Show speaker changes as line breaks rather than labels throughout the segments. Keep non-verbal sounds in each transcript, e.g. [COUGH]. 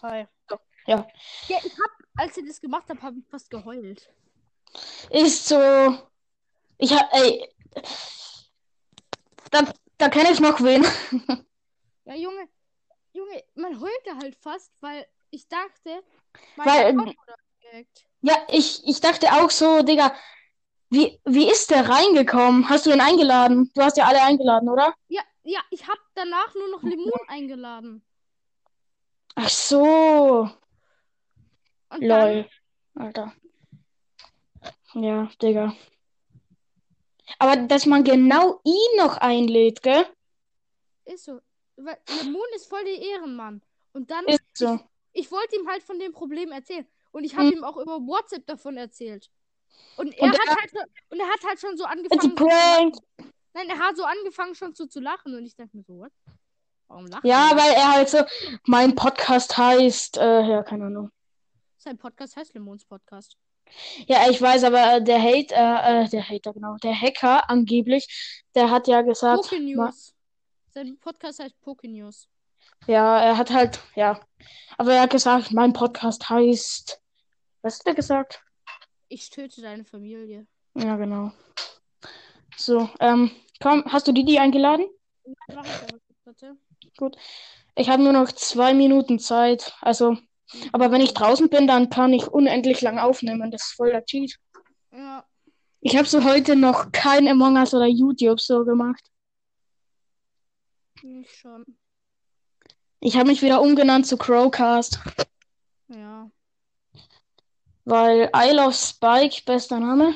Hi.
Ja.
Ja, ich hab, als ich das gemacht habe, habe ich fast geheult.
Ist so. Ich hab. Ey. Da, da kenne ich noch wen.
Ja, Junge, Junge, man heulte halt fast, weil ich dachte,
Weil,
mein Kopf wurde abgehackt.
Ja, ich, ich dachte auch so, Digga. Wie, wie ist der reingekommen? Hast du ihn eingeladen? Du hast ja alle eingeladen, oder?
Ja, ja, ich habe danach nur
[LAUGHS]
noch Limon eingeladen.
Ach so.
Und dann,
Lol. Alter. Ja, Digga. Aber dass man genau ihn noch einlädt, gell?
Ist so. Weil Lemon ist voll der Ehrenmann. Und dann,
Ist so.
ich wollte ihm halt von dem Problem erzählen. Und ich habe
Mhm.
ihm auch über WhatsApp davon erzählt. Und er
Und
hat halt schon, und er hat halt schon
It's
so
a
angefangen, so zu
prank.
lachen. Nein, er hat so angefangen schon so zu lachen. Und ich dachte mir so, what? Warum lacht
Ja,
er?
weil er halt so, mein Podcast heißt, äh, ja, keine Ahnung.
Sein Podcast heißt Lemons Podcast.
Ja, ich weiß, aber äh, der Hate, äh, äh, der Hater, genau, der Hacker angeblich, der hat ja gesagt, ma-
Pokenews. Sein Podcast heißt Pokenews.
ja, er hat halt, ja, aber er hat gesagt, mein Podcast heißt, was hat er gesagt?
Ich töte deine Familie.
Ja, genau. So, ähm, komm, hast du Didi eingeladen?
Mach ich aber kurz, warte.
Gut. Ich habe nur noch zwei Minuten Zeit, also, aber wenn ich draußen bin, dann kann ich unendlich lang aufnehmen, das ist voll der Cheat.
Ja,
Ich habe so heute noch kein Among Us oder YouTube so gemacht.
ich schon.
Ich habe mich wieder umgenannt zu Crowcast,
Ja.
weil I Love Spike, bester Name.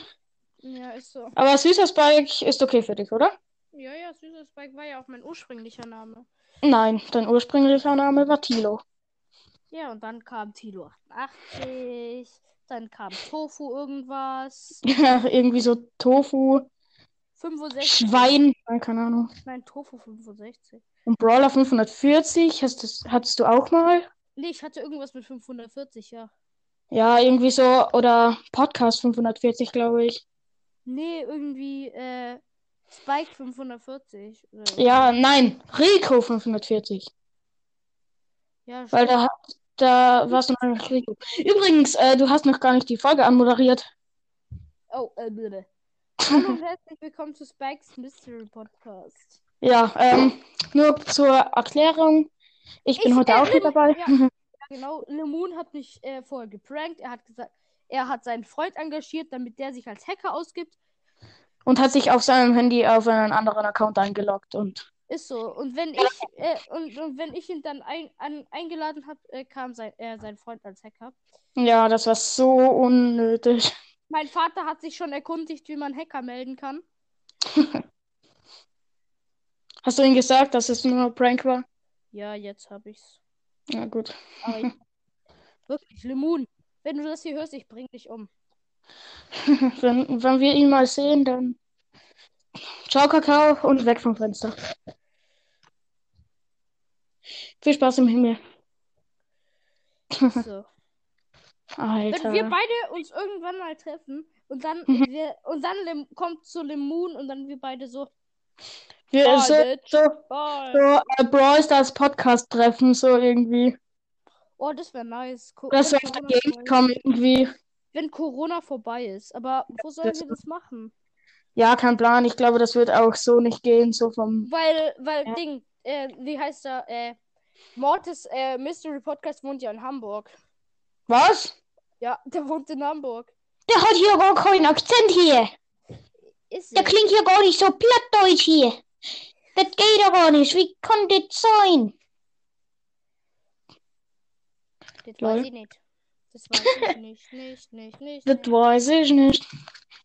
Ja, ist so.
Aber süßer Spike ist okay für dich, oder?
Ja, ja, süßer Spike war ja auch mein ursprünglicher Name.
Nein, dein ursprünglicher Name war Tilo. [LAUGHS]
Ja, und dann kam Tilo 88, dann kam Tofu irgendwas,
Irgendwie so Tofu,
65,
Schwein, nein, keine Ahnung.
nein, Tofu 65.
Und Brawler 540, hast das, hattest du auch mal?
Nee, ich hatte irgendwas mit 540, ja.
Ja, irgendwie so, oder Podcast 540, glaube ich.
Nee, irgendwie, äh, Spike 540. Oder so.
Ja, nein, Rico 540.
Ja,
Weil
stimmt.
da, da warst du noch nicht richtig. Übrigens, äh, du hast noch gar nicht die Folge anmoderiert.
Oh, äh, bitte. Hallo und herzlich willkommen zu Spikes Mystery Podcast.
Ja, ähm, nur zur Erklärung. Ich bin
Ich,
heute
äh,
auch
Lim
wieder dabei.
ja, genau, Lemon hat mich äh, vorher geprankt. Er hat gesagt, er hat seinen Freund engagiert, damit der sich als Hacker ausgibt.
Und hat sich auf seinem Handy auf einen anderen Account eingeloggt. Und
Ist so. Und wenn ich, äh, und, und wenn ich ihn dann ein, an, eingeladen habe, äh, kam sein, äh, sein Freund als Hacker.
ja, das war so unnötig.
Mein Vater hat sich schon erkundigt, wie man Hacker melden kann.
Hast du ihm gesagt, dass es nur ein Prank war?
Ja, jetzt hab ich's.
Ja, gut. [LAUGHS]
Aber ich, wirklich, Lemon, wenn du das hier hörst, ich bring dich um.
Wenn, wenn wir ihn mal sehen, dann ciao, Kakao und weg vom Fenster. Viel Spaß im Himmel.
Ist so. Wenn wir
Alter.
beide uns irgendwann mal treffen und dann
Mhm.
wir, und dann Lem kommt zu Lemon und dann wir beide so, "Oh,
Wir
bye,
so, so,
bitch,
so
bye.
äh, Brawl Stars Podcast-Treffen, so irgendwie.
Oh, das wäre nice. Co
Oder so
wenn
auf der
Corona vorbei ist.
Gamescom irgendwie.
Wenn Corona vorbei ist. Aber wo sollen
Das,
wir das machen?
ja, kein Plan. Ich glaube, das wird auch so nicht gehen, so vom.
Weil, weil,
Ja.
Ding, äh, wie heißt er? Äh, Mortis äh, Mystery Podcast wohnt ja in Hamburg.
Was?
Ja, [LAUGHS] der wohnt in Hamburg.
Der hat hier gar keinen Akzent hier.
Ist
Der
er.
klingt hier gar nicht so plattdeutsch hier. Das geht doch gar nicht. Wie kann das sein?
Das weiß
Lol.
ich nicht. Das weiß ich nicht, nicht, nicht, nicht,
Das
nicht.
weiß ich nicht.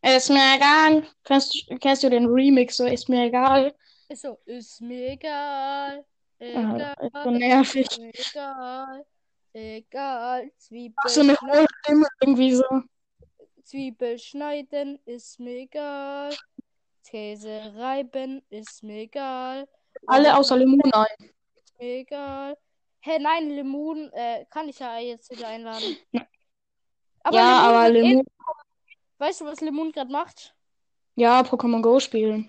Ist mir egal. Kennst, kennst du den Remix? So ist mir egal.
Ist so, ist mir egal.
Ah,
Egal,
ist so nervig.
ist mir egal. Egal,
Auch so eine
Zwiebeln
hohe Stimme irgendwie so.
Zwiebel schneiden ist mir egal. Käse reiben ist mir egal.
Alle außer
Oliven
Limon ein.
ist mir egal. Hä, nein, Lemon äh, kann ich ja jetzt wieder einladen. Aber
Ja,
Lemon
aber
wird eh.
Limon.
Weißt du, was Lemon gerade macht?
Ja, Pokémon Go spielen.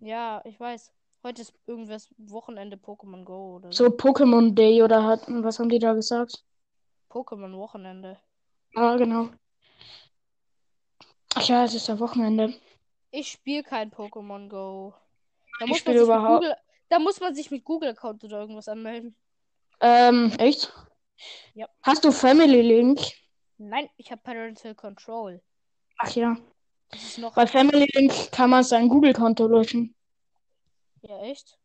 Ja, ich weiß. Heute ist irgendwas Wochenende Pokémon Go oder
So
so.
Pokémon Day oder hat, was haben die da gesagt?
Pokémon-Wochenende.
Ah, genau. Ach ja, es ist ja Wochenende.
Ich spiele kein Pokémon Go. Da
Ich
muss, man
spiele
sich mit
überhaupt-
Google, da muss man sich mit Google-Account oder irgendwas anmelden.
Ähm, echt?
Ja.
Hast du Family Link?
Nein, ich habe Parental Control.
Ach ja.
Das ist noch.
Bei Family Link kann man sein Google-Konto löschen.
Ja, echt?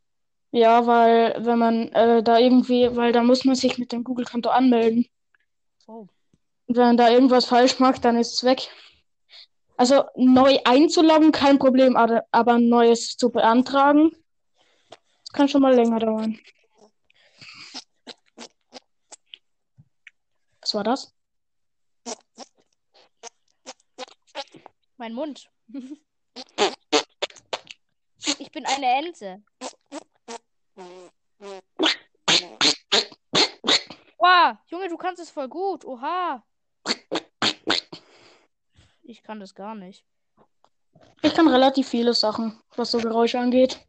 Ja, weil wenn man äh, da irgendwie, weil da muss man sich mit dem Google-Konto anmelden.
Oh.
Und wenn man da irgendwas falsch macht, dann ist es weg. Also neu einzuloggen, kein Problem, aber, aber ein neues zu beantragen, das kann schon mal länger dauern. Was war das?
Mein Mund. [LAUGHS] Ich bin eine Ente. Wow, Junge, du kannst es voll gut. Oha. Ich kann das gar nicht.
Ich kann relativ viele Sachen, was so Geräusche angeht.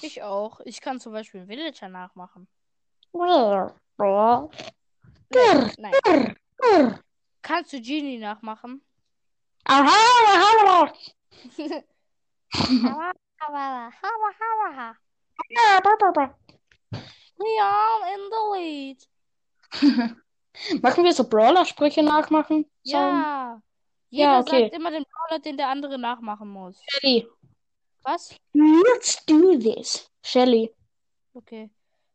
Ich auch. Ich kann zum Beispiel einen Villager nachmachen. Nein. Kannst du Genie nachmachen?
Aha, aha,
We
aha.
are in the lead.
Machen wir so Brawler-Sprüche nachmachen? So,
Ja. Jeder
Ja, okay.
sagt immer den Brawler, den der andere nachmachen muss.
Shelly,
Was?
let's do this. Shelly,
Okay.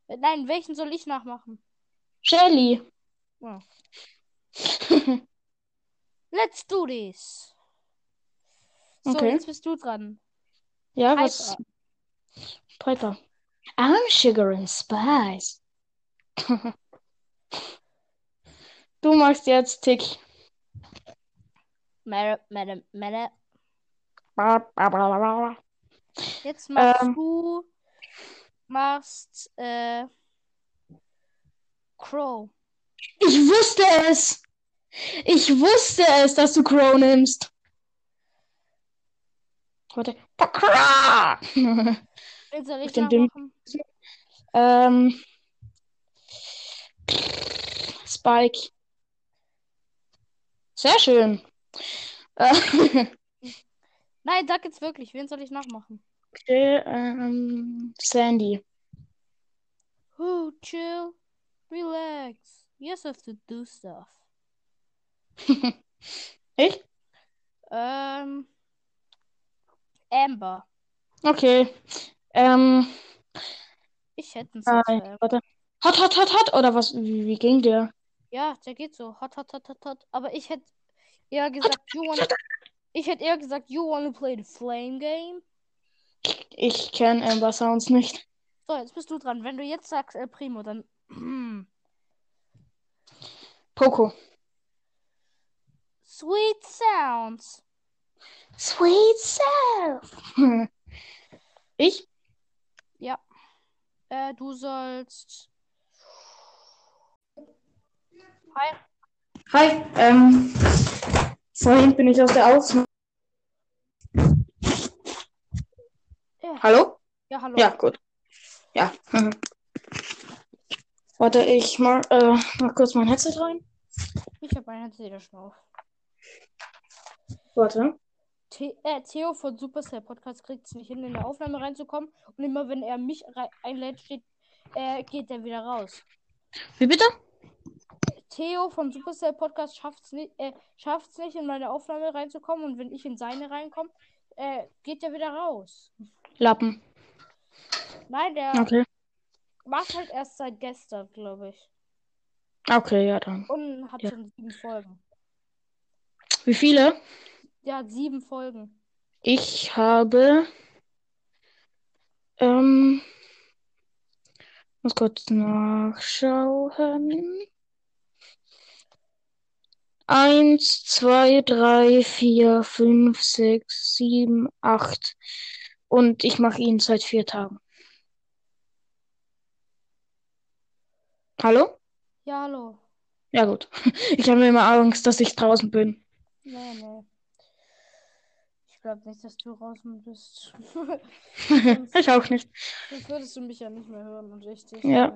Äh, Nein, welchen soll ich nachmachen?
Shelly.
Ja. Let's do this. So,
Okay.
jetzt bist du dran.
[LAUGHS] Ja,
Piper.
was? Piper. I'm sugar and spice. [LAUGHS] Du machst jetzt Tick.
Mer, mer, mer.
Ba, ba, ba, ba, ba.
Jetzt machst
Ähm.
du. Machst. Äh, Crow.
Ich wusste es. Ich wusste es, dass du Crow nimmst. Warte. Pakra!
Wen soll ich
dem Ding.
nachmachen?
ähm. Spike. Sehr schön. [LAUGHS] Äh,
Nein, sag jetzt wirklich. Wen soll ich nachmachen?
okay, ähm, Sandy.
Who, chill, relax. You just have to do stuff.
Ich?
Ähm. Amber.
Okay. Ähm,
Ich hätte einen Satz für
äh,
Amber.
warte. Hot, hot, hot, hot, oder was? Wie, wie ging der?
Ja, der geht so. Hot, hot, hot, hot, hot. Aber ich hätte eher gesagt, you wanna. Ich hätte eher gesagt, you wanna play the flame game.
Ich kenne Amber Sounds nicht.
So, jetzt bist du dran. Wenn du jetzt sagst, El Primo, dann. [CLEARS THROAT]
Poco.
Sweet sounds.
Sweet Self. [LAUGHS] Ich?
Äh, du sollst. Hi.
Hi, ähm, vorhin bin ich aus der Aufnahme.
Ja,
Hallo?
ja hallo.
Ja, gut. Ja. mhm. Warte, ich mach, äh, mach kurz mein Headset rein.
Ich habe einen Zähler schon auf.
Warte.
The äh, Theo von Supercell Podcast kriegt es nicht hin, in der Aufnahme reinzukommen. Und immer wenn er mich rei- einlädt, steht, äh, geht er wieder raus.
Wie bitte?
Theo von Supercell Podcast schafft es nicht, äh, schafft's nicht, in meine Aufnahme reinzukommen. Und wenn ich in seine reinkomme, äh, geht er wieder raus.
Lappen.
Nein, der
Okay.
macht halt erst seit gestern, glaube ich.
Okay, ja dann.
Und hat
Ja.
schon sieben Folgen.
Wie viele?
Der hat sieben Folgen.
Ich habe, ähm, muss kurz nachschauen. Eins, zwei, drei, vier, fünf, sechs, sieben, acht. Und ich mache ihn seit vier Tagen. Hallo?
Ja, hallo.
Ja gut. [LAUGHS] Ich habe immer Angst, dass ich draußen bin.
Nee, nee. Ich glaube nicht, dass du raus
[LAUGHS]
bist.
Ich auch nicht.
[LAUGHS] Sonst würdest du mich ja nicht mehr hören und richtig.
Ja.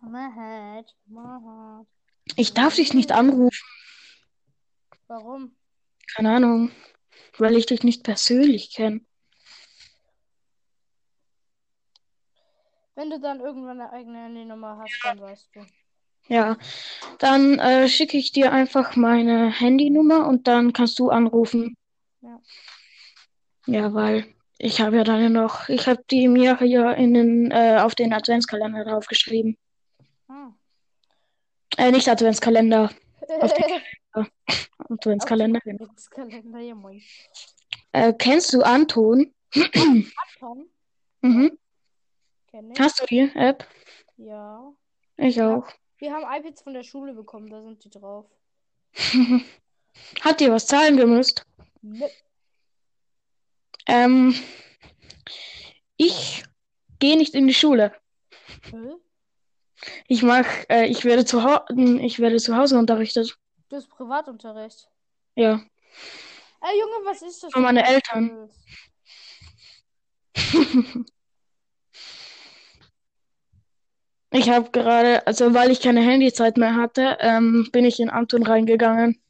Mahat, Mahat.
Ich darf dich nicht anrufen.
Warum?
Keine Ahnung. Weil ich dich nicht persönlich kenne.
Wenn du dann irgendwann eine eigene Handynummer hast, dann weißt du.
Ja. Dann äh, schicke ich dir einfach meine Handynummer und dann kannst du anrufen.
Ja.
Ja, weil ich habe ja deine noch, ich habe die mir ja in den, äh, auf den Adventskalender draufgeschrieben.
Hm.
Äh, nicht Adventskalender, Auf
[LAUGHS] Auf
Adventskalender.
den Kalender, ja moin.
Äh, kennst du Anton?
Tom,
Mhm.
kenn ich.
Hast du die App?
Ja.
Ich auch.
Wir haben iPads von der Schule bekommen, da sind die drauf.
Hat dir was zahlen gemusst?
Nö.
Ähm, ich gehe nicht in die Schule.
Hä?
Ich mach, äh, ich werde zu Hau hm, ich werde zu Hause unterrichtet.
Du hast Privatunterricht.
Ja,
Ey, Junge, was ist das?
von meinen Eltern.
Eltern.
Ich habe gerade, also weil ich keine Handyzeit mehr hatte, ähm, bin ich in Anton reingegangen.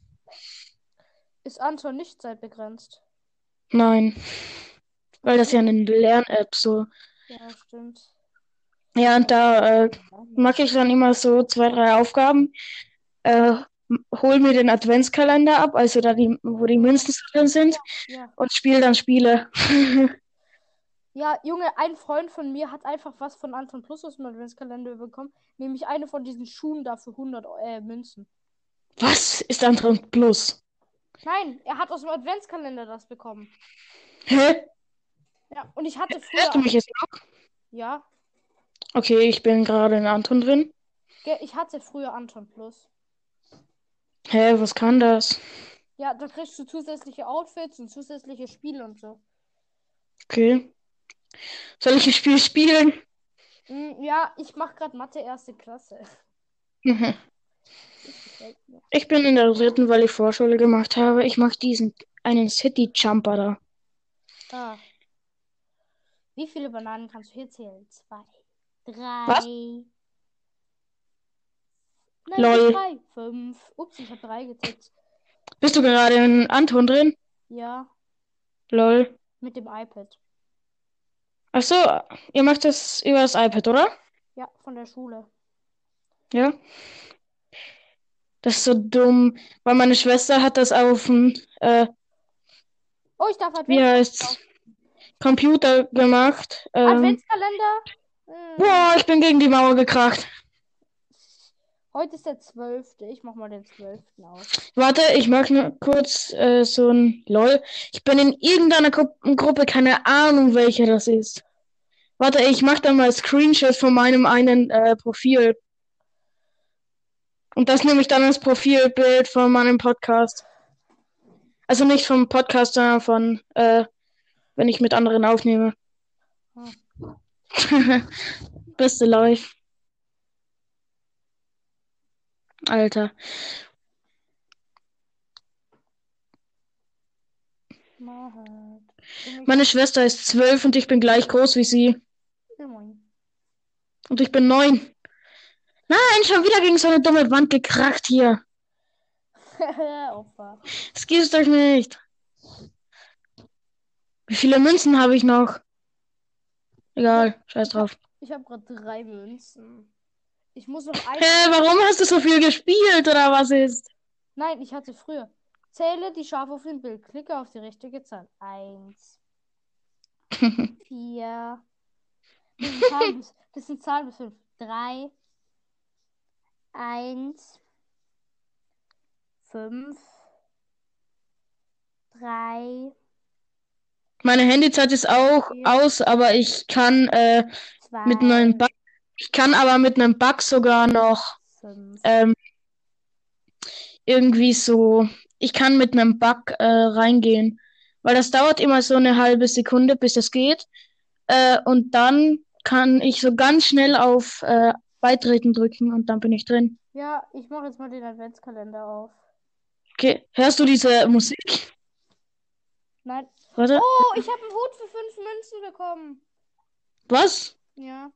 Ist Anton nicht zeitbegrenzt?
Nein, weil das ja eine Lern-App so.
Ja, stimmt.
Ja, und da äh, mache ich dann immer so zwei, drei Aufgaben. Äh, hol mir den Adventskalender ab, also da die, wo die Münzen drin sind,
Ja.
und spiele dann Spiele.
ja, Junge, ein Freund von mir hat einfach was von Anton Plus aus dem Adventskalender bekommen. Nämlich eine von diesen Schuhen da für 100 äh, Münzen.
Was ist Anton Plus?
Nein, er hat aus dem Adventskalender das bekommen.
Hä?
Ja, und ich hatte früher.
Hörst du mich jetzt noch?
Ja,
Okay, ich bin gerade in Anton drin.
ge- ich hatte früher Anton Plus.
Hä, was kann das?
Ja, da kriegst du zusätzliche Outfits und zusätzliche Spiele und so.
Okay. Soll ich ein Spiel spielen?
Mm, ja, ich mach grad Mathe erste Klasse. [LAUGHS]
Mhm.
Das gefällt mir.
Ich bin in der dritten, weil ich Vorschule gemacht habe. Ich mache diesen einen City Jumper da.
Ah. Wie viele Bananen kannst du hier zählen? Zwei, drei.
Was?
Nein,
Lol.
drei, fünf. Ups, ich habe drei gezählt.
Bist du gerade in Anton drin?
Ja,
Lol.
mit dem iPad.
Ach so, ihr macht das über das iPad, oder?
Ja, von der Schule.
Ja. Das ist so dumm, weil meine Schwester hat das auf dem, äh,
Oh, ich darf
wie
Advents
heißt's, Computer gemacht.
Ah,
Ähm,
Adventskalender. Mm.
boah, ich bin gegen die Mauer gekracht.
Heute ist der 12. Ich mach mal den 12. aus.
Warte, ich mach nur kurz äh, so ein LOL. Ich bin in irgendeiner Gru Gruppe, keine Ahnung, welche das ist. Warte, ich mach da mal Screenshots von meinem einen äh, Profil. Und das nehme ich dann als Profilbild von meinem Podcast. Also nicht vom Podcast, sondern von, äh, wenn ich mit anderen aufnehme. [LAUGHS] Beste Live. Alter.
Mahat.
Meine Schwester ist zwölf und ich bin gleich groß wie sie.
Moin.
Und ich bin neun. Nein, schon wieder gegen so eine dumme Wand gekracht hier.
[LAUGHS] Opfer.
Das gibt's doch nicht. Wie viele Münzen habe ich noch? Egal, scheiß drauf.
Ich habe gerade drei Münzen. Ich muss noch
Hä,
ein.
warum hast du so viel gespielt oder was ist?
Nein, ich hatte früher. Zähle die Schafe auf dem Bild. Klicke auf die richtige Zahl. Eins. Vier. Das sind Zahlen bis, das sind Zahlen bis fünf. Drei. Eins. Fünf. Drei.
Meine Handyzeit ist auch aus, aber ich kann äh,
Zwei.
mit einem Bug, ich kann aber mit einem Bug sogar noch
Fünf.
ähm, irgendwie so, ich kann mit einem Bug äh, reingehen, weil das dauert immer so eine halbe Sekunde, bis das geht. Äh, und dann kann ich so ganz schnell auf äh, Beitreten drücken und dann bin ich drin.
Ja, ich mache jetzt mal den Adventskalender auf.
Okay, hörst du diese Musik?
Nein.
Warte,
Oh, ich habe einen Hut für fünf Münzen bekommen.
was?
Ja.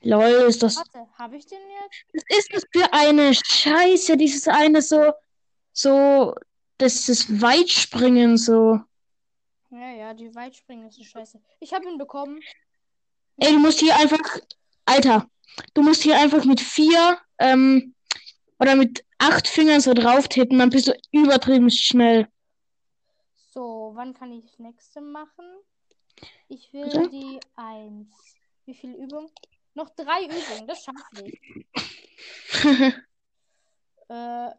Lol, ist das.
Warte, habe ich den jetzt?
Was ist das für eine Scheiße? Dieses eine so. So. Das ist Weitspringen so.
Ja, ja, die Weitspringen ist eine Scheiße. Ich habe ihn bekommen.
Ey, du musst hier einfach. Alter, du musst hier einfach mit vier. Ähm, oder mit acht Fingern so drauf tippen, dann bist du übertrieben schnell.
So, wann kann ich das nächste machen? Ich will
Bitte?
die 1. Wie viel Übung? Noch drei Übungen, das schaffe
[LAUGHS]
ich. Äh,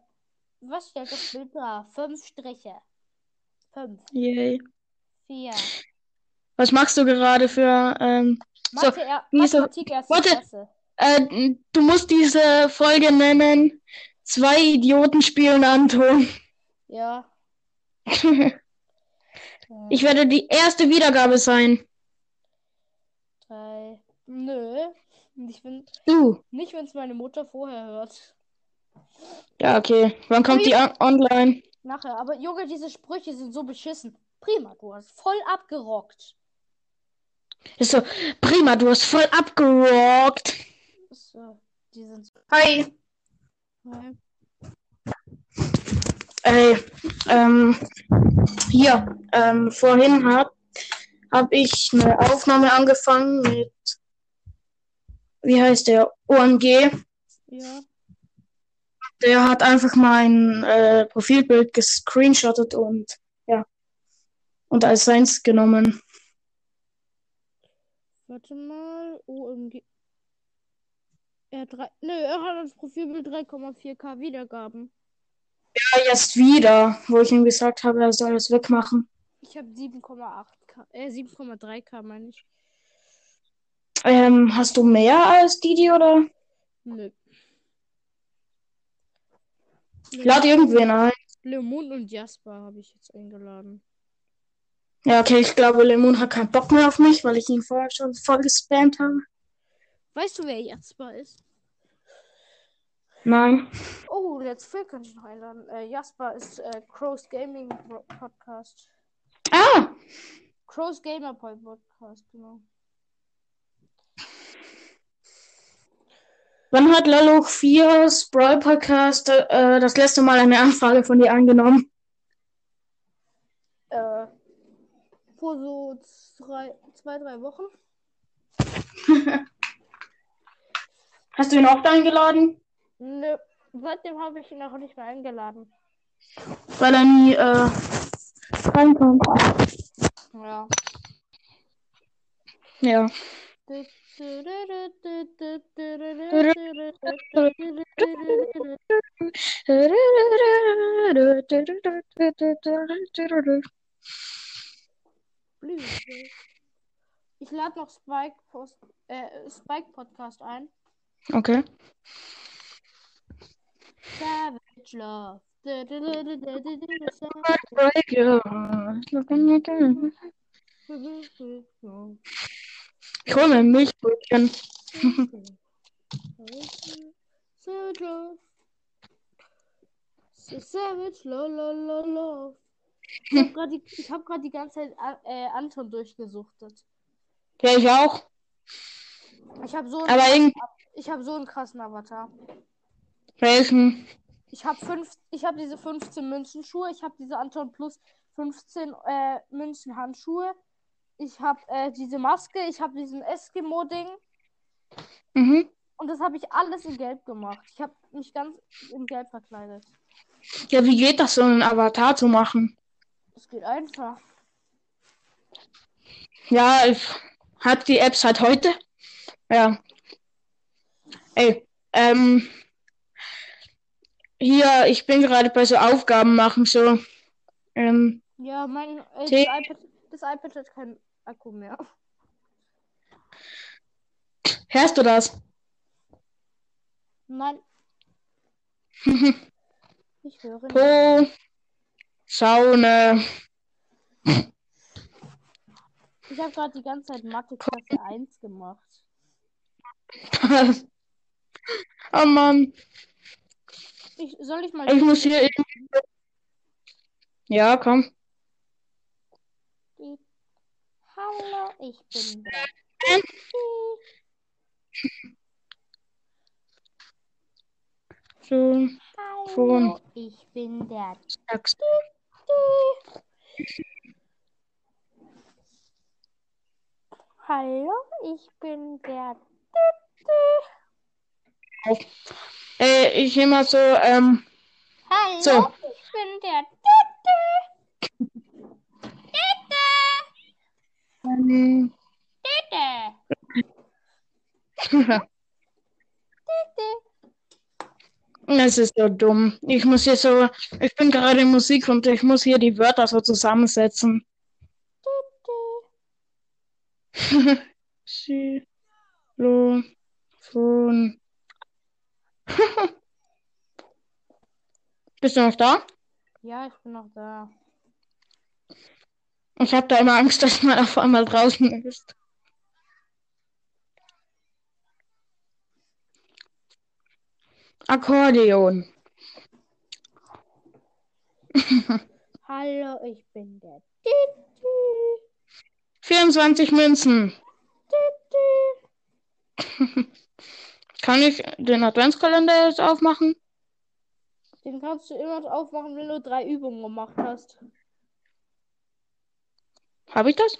was stellt das Bild dar? Fünf Striche. Fünf,
Yay.
vier.
Was machst du gerade für. Ähm, So,
Mathe, er,
diese-
Mathematik erste
warte.
Klasse.
äh, du musst diese Folge nennen: Zwei Idioten spielen Anton.
Ja.
[LAUGHS] Ich werde die erste Wiedergabe sein.
drei. Nö. Ich bin,
Du.
nicht, wenn es meine Mutter vorher hört.
Ja, okay. Wann kommt die on- online?
Nachher. Aber Junge, diese Sprüche sind so beschissen. Prima, du hast voll abgerockt.
Ist so, prima, du hast voll abgerockt.
So, äh, die sind so.
Hi. Ey, ähm, hier, ähm, vorhin hab, hab ich eine Aufnahme angefangen mit, wie heißt der, OMG.
Ja.
Der hat einfach mein äh, Profilbild gescreenshottet und, ja, und als seins genommen.
Warte mal, OMG. Er hat drei, nö, er hat als Profilbild 3,4k Wiedergaben.
Ja, Äh, jetzt wieder, wo ich ihm gesagt habe, er soll das wegmachen.
Ich habe 7,8k, äh, 7,3k meine ich.
Ähm, hast du mehr als Didi, oder?
Nö. Le
Lad irgendwen ein.
Lemon und Jasper habe ich jetzt eingeladen.
Ja, okay, ich glaube, Lemon hat keinen Bock mehr auf mich, weil ich ihn vorher schon voll gespammt habe.
Weißt du, wer Jasper ist?
Nein.
Oh, Let's Play könnte ich noch einladen. Äh, Jasper ist äh, Crows Gaming Bro- Podcast.
Ah!
Crows Gamer Boy Podcast, genau.
Wann hat Lalo 4 Sprawl Podcast äh, das letzte Mal eine Anfrage von dir angenommen?
Äh, vor so zwei, zwei, drei Wochen.
Hast du ihn oft eingeladen?
Nö, seitdem habe ich ihn auch nicht mehr eingeladen.
Weil er nie äh, reinkommt.
Ja.
Ja.
Ich lade noch Spike, Post, äh, Spike Podcast ein.
Okay.
Savage Love.
Break your Ich hole mir ein Milchbrötchen.
Savage Love. Savage Love, Love, Love, Love. Ich habe gerade die, ich hab grad die ganze Zeit äh, Anton durchgesuchtet.
Ja, ich auch.
Ich habe so, einen-
Aber irgendwie
ich hab so einen krassen Avatar.
welchen?
Ich habe fünf, ich habe diese 15 Münzenschuhe, ich habe diese Anton Plus 15 äh, Münzenhandschuhe. Ich habe äh, diese Maske, ich habe diesen Eskimo Ding
Mhm.
und das habe ich alles in gelb gemacht. Ich habe mich ganz in gelb verkleidet.
Ja, wie geht das, so einen Avatar zu machen?
Das geht einfach.
Ja, ich hab die App seit heute. Ja. Ey, ähm, hier, ich bin gerade bei so Aufgaben machen, so. Ähm,
Ja, mein äh, das
Tee.
iPad das iPad hat keinen Akku mehr.
hörst du das?
Nein.
[LAUGHS]
Ich höre nicht.
Po, Saune. [LAUGHS]
Ich habe gerade die ganze Zeit Mathe Klasse 1 gemacht.
Oh Mann,
Ich, soll ich mal
ich muss hier irgendwie. Ja, komm.
Hallo, ich bin der.
So, Schon.
Ich bin der.
sagst
Hallo, ich bin der.
Äh, ich immer so, ähm,
Hallo,
So.
ich bin der.
ähm,
Dede.
es ist so dumm. Ich muss hier so, ich bin gerade in Musik und ich muss hier die Wörter so zusammensetzen. Xylophon. [LAUGHS] Bist du noch da?
Ja, ich bin noch da.
Ich habe da immer Angst, dass man auf einmal draußen ist. Akkordeon.
Hallo, ich bin der.
24 Münzen. Kann ich den Adventskalender jetzt aufmachen?
Den kannst du immer aufmachen, wenn du drei Übungen gemacht hast.
Habe ich das?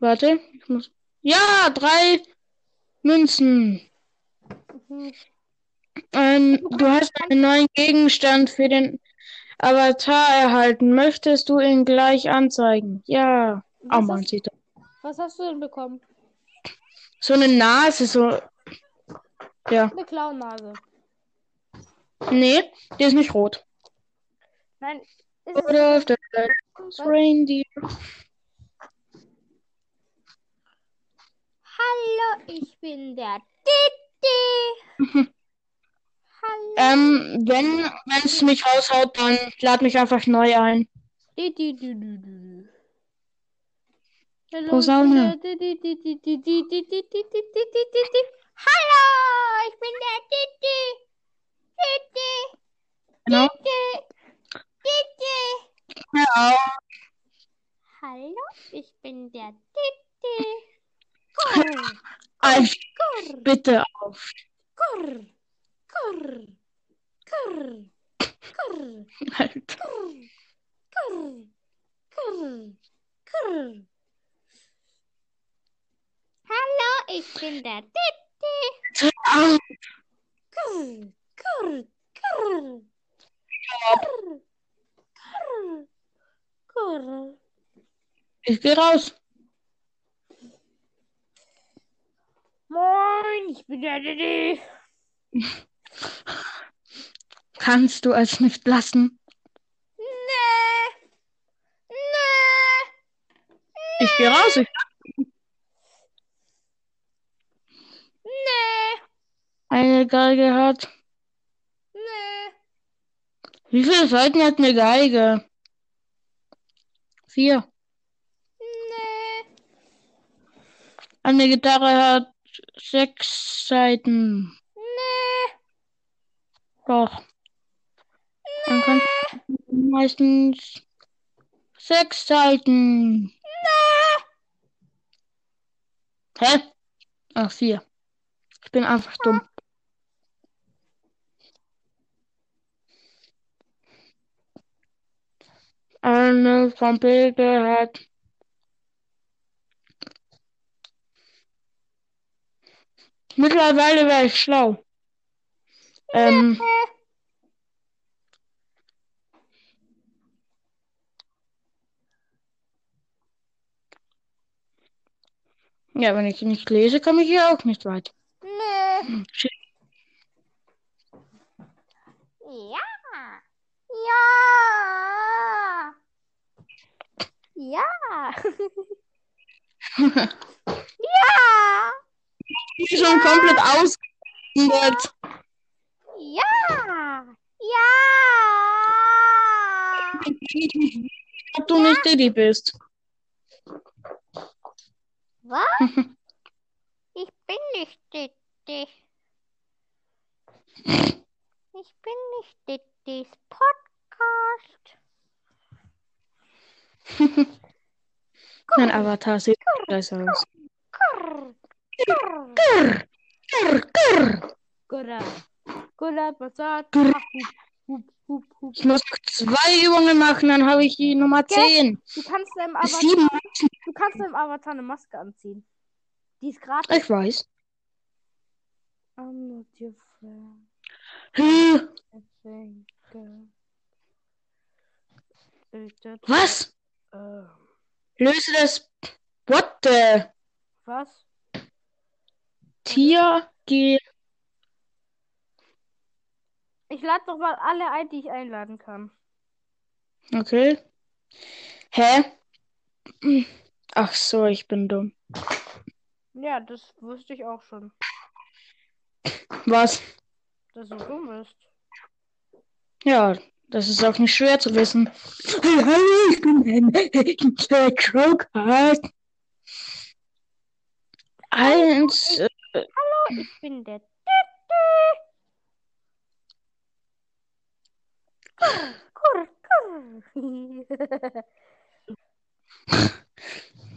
Warte, ich muss. Ja, drei Münzen.
Mhm.
Ähm, du hast einen neuen Gegenstand für den Avatar erhalten. Möchtest du ihn gleich anzeigen? Ja. Oh,
Was,
man
hast,
sieht das.
was hast du denn bekommen?
So eine Nase, so. Ja.
Eine Clownnase.
Nee, die ist nicht rot.
Nein, ist es,
Oder das Reindeer.
Hallo, ich bin der Titi. [LAUGHS] Hallo.
Ähm, wenn wenn es mich raushaut, dann lad mich einfach neu ein.
Didi, didi, didi. Hallo,
Posaune.
ich bin der Didi, didi, didi, didi, didi, didi, didi. Hallo, ich bin der Didi. Didi,
Genau.
Didi, Didi.
Ja.
Hallo, ich bin der Didi. Kurr,
Alf,
kurr,
Halt. bitte auf. [LAUGHS]
kurr, kurr, kurr, kurr.
Alter.
Kurr, kurr, kurr. Hallo, ich bin der Titti.
Au.
Kurr, kurr, kurr. Kurr, kurr, kurr.
Ich gehe raus.
Moin, ich bin der Titti.
Kannst du es nicht lassen?
Nee, nee.
Ich gehe raus. Ich...
Nee,
Eine Geige hat.
nee.
Wie viele Seiten hat eine Geige? Vier.
Nee.
Eine Gitarre hat sechs Seiten.
Nee.
Doch. Dann kannst du meistens sechs Seiten. Hä? Ach, vier. Ich bin einfach dumm. Eine Trompete hat Mittlerweile wäre ich schlau. Ähm. Ja, wenn ich nicht lese, komme ich hier auch nicht weit.
Nee.
Shit.
Ja. Ja. Ja. Ja.
Ich bin schon komplett ausgeändert.
Ja. Ja.
Ob du nicht Diddy bist.
Was?
[LAUGHS]
Ich bin nicht Ditti. Ich bin nicht Dittis Podcast.
Mein Avatar sieht besser aus.
Kurr. Kurr.
Grrr.
Gurab. Gurab, Mazat.
Gurab.
Ach, Hup, hup, hup, hup.
Ich muss zwei Übungen machen, dann habe ich die Nummer
Gell?
10.
Du kannst deinem
Bis
Avatar,
sieben.
du kannst deinem Avatar eine Maske anziehen. Die ist gratis.
Ich weiß.
I'm not your friend.
Hm,
I think, uh, is that-
was?
Äh,
Löse das. What the?
was?
Tier G.
Ich lade doch mal alle ein, die ich einladen kann.
Okay. Hä? Hm. Ach so, ich bin dumm.
Ja, das wusste ich auch schon,
Was?
dass du dumm bist. [LAUGHS]
Ja, das ist auch nicht schwer zu wissen. Hallo, ich bin ein äh, Croaker. Eins. äh,
Ich bin der. Kurr, kurr.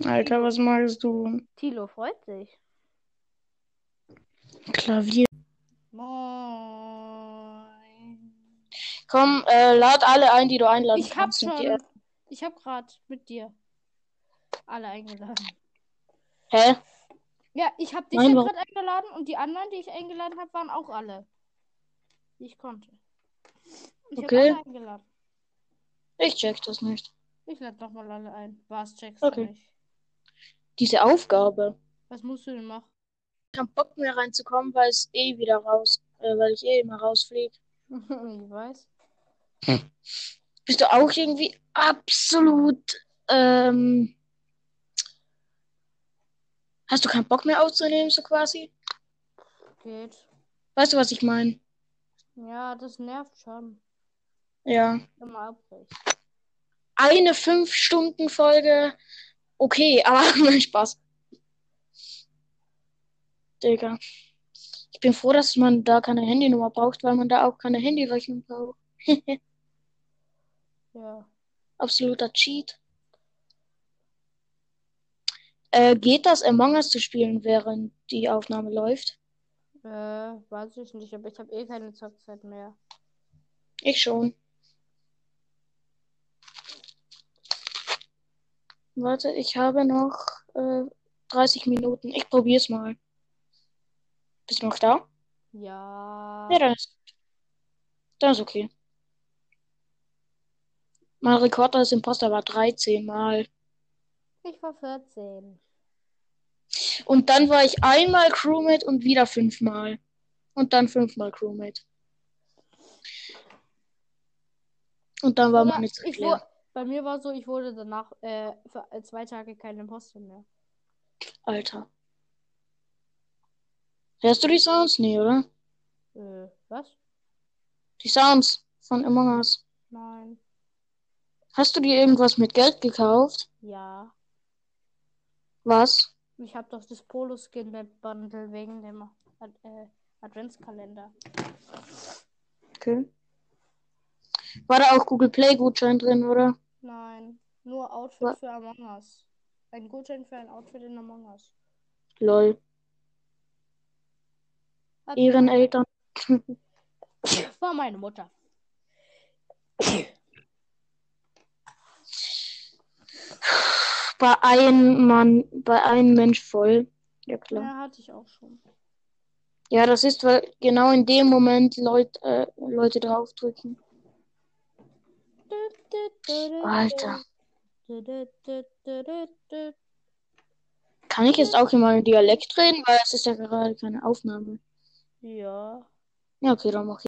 Alter, was magst du?
Tilo freut sich.
Klavier.
Moin.
Komm, äh, lad alle ein, die du einladen
Ich hab
kannst. Und die-
schon. Ich hab grad mit dir alle eingeladen.
Hä?
Ja, ich hab dich
Nein,
ja
warum?
gerade eingeladen und die anderen, die ich eingeladen habe, waren auch alle. Die ich konnte. Ich hab
Okay.
alle eingeladen.
Ich check das nicht.
Ich lade nochmal alle ein. Was checkst
Okay.
du nicht?
Diese Aufgabe.
Was musst du denn machen?
Ich hab Bock mehr reinzukommen, weil es eh wieder raus, äh, weil ich eh immer rausfliege.
[LAUGHS] ich weiß.
Bist du auch irgendwie absolut, ähm, hast du keinen Bock mehr aufzunehmen, so quasi?
Geht.
Weißt du, was ich meine?
Ja, das nervt schon.
Ja.
Immer abbrechen.
Eine 5-Stunden-Folge, okay, [LAUGHS] aber nein, Spaß. Digga. Ich bin froh, dass man da keine Handynummer braucht, weil man da auch keine Handyrechnung braucht.
Ja.
Absoluter Cheat. Äh, geht das, Among Us zu spielen, während die Aufnahme läuft?
Äh, weiß ich nicht, aber ich habe eh keine Zockzeit mehr.
Ich schon. Warte, ich habe noch äh, 30 Minuten. Ich probier's mal. Bist du noch da?
Ja.
Ja, dann ist gut. Dann ist okay. Mein Rekord als Imposter war 13 Mal.
Ich war 14.
Und dann war ich einmal Crewmate und wieder fünfmal. Und dann fünfmal Crewmate. Und dann war
Ja,
man jetzt
ich
leer.
wurde, bei mir war so, ich wurde danach äh, für zwei Tage kein Imposter mehr.
Alter. Hörst du die Sounds? Nee, oder?
Äh, was?
Die Sounds von Among Us.
Nein.
Hast du dir irgendwas mit Geld gekauft?
Ja.
Was?
Ich habe doch das Polo-Skin-Bundle wegen dem Ad äh, Adventskalender.
Okay. War da auch Google Play Gutschein drin, oder?
Nein, nur Outfit
Wa-
für Among Us. Ein Gutschein für ein Outfit in Among Us.
Lol.
Hat-
Ihren Eltern.
War meine Mutter.
Bei einem Mann, bei einem Mensch voll. Ja,
Ja,
klar.
hatte ich auch schon.
Ja, das ist, weil genau in dem Moment Leut, äh, Leute draufdrücken. Alter. Kann ich jetzt auch in meinem Dialekt reden? Weil es ist ja gerade keine Aufnahme.
Ja.
Ja, okay, dann mach ich.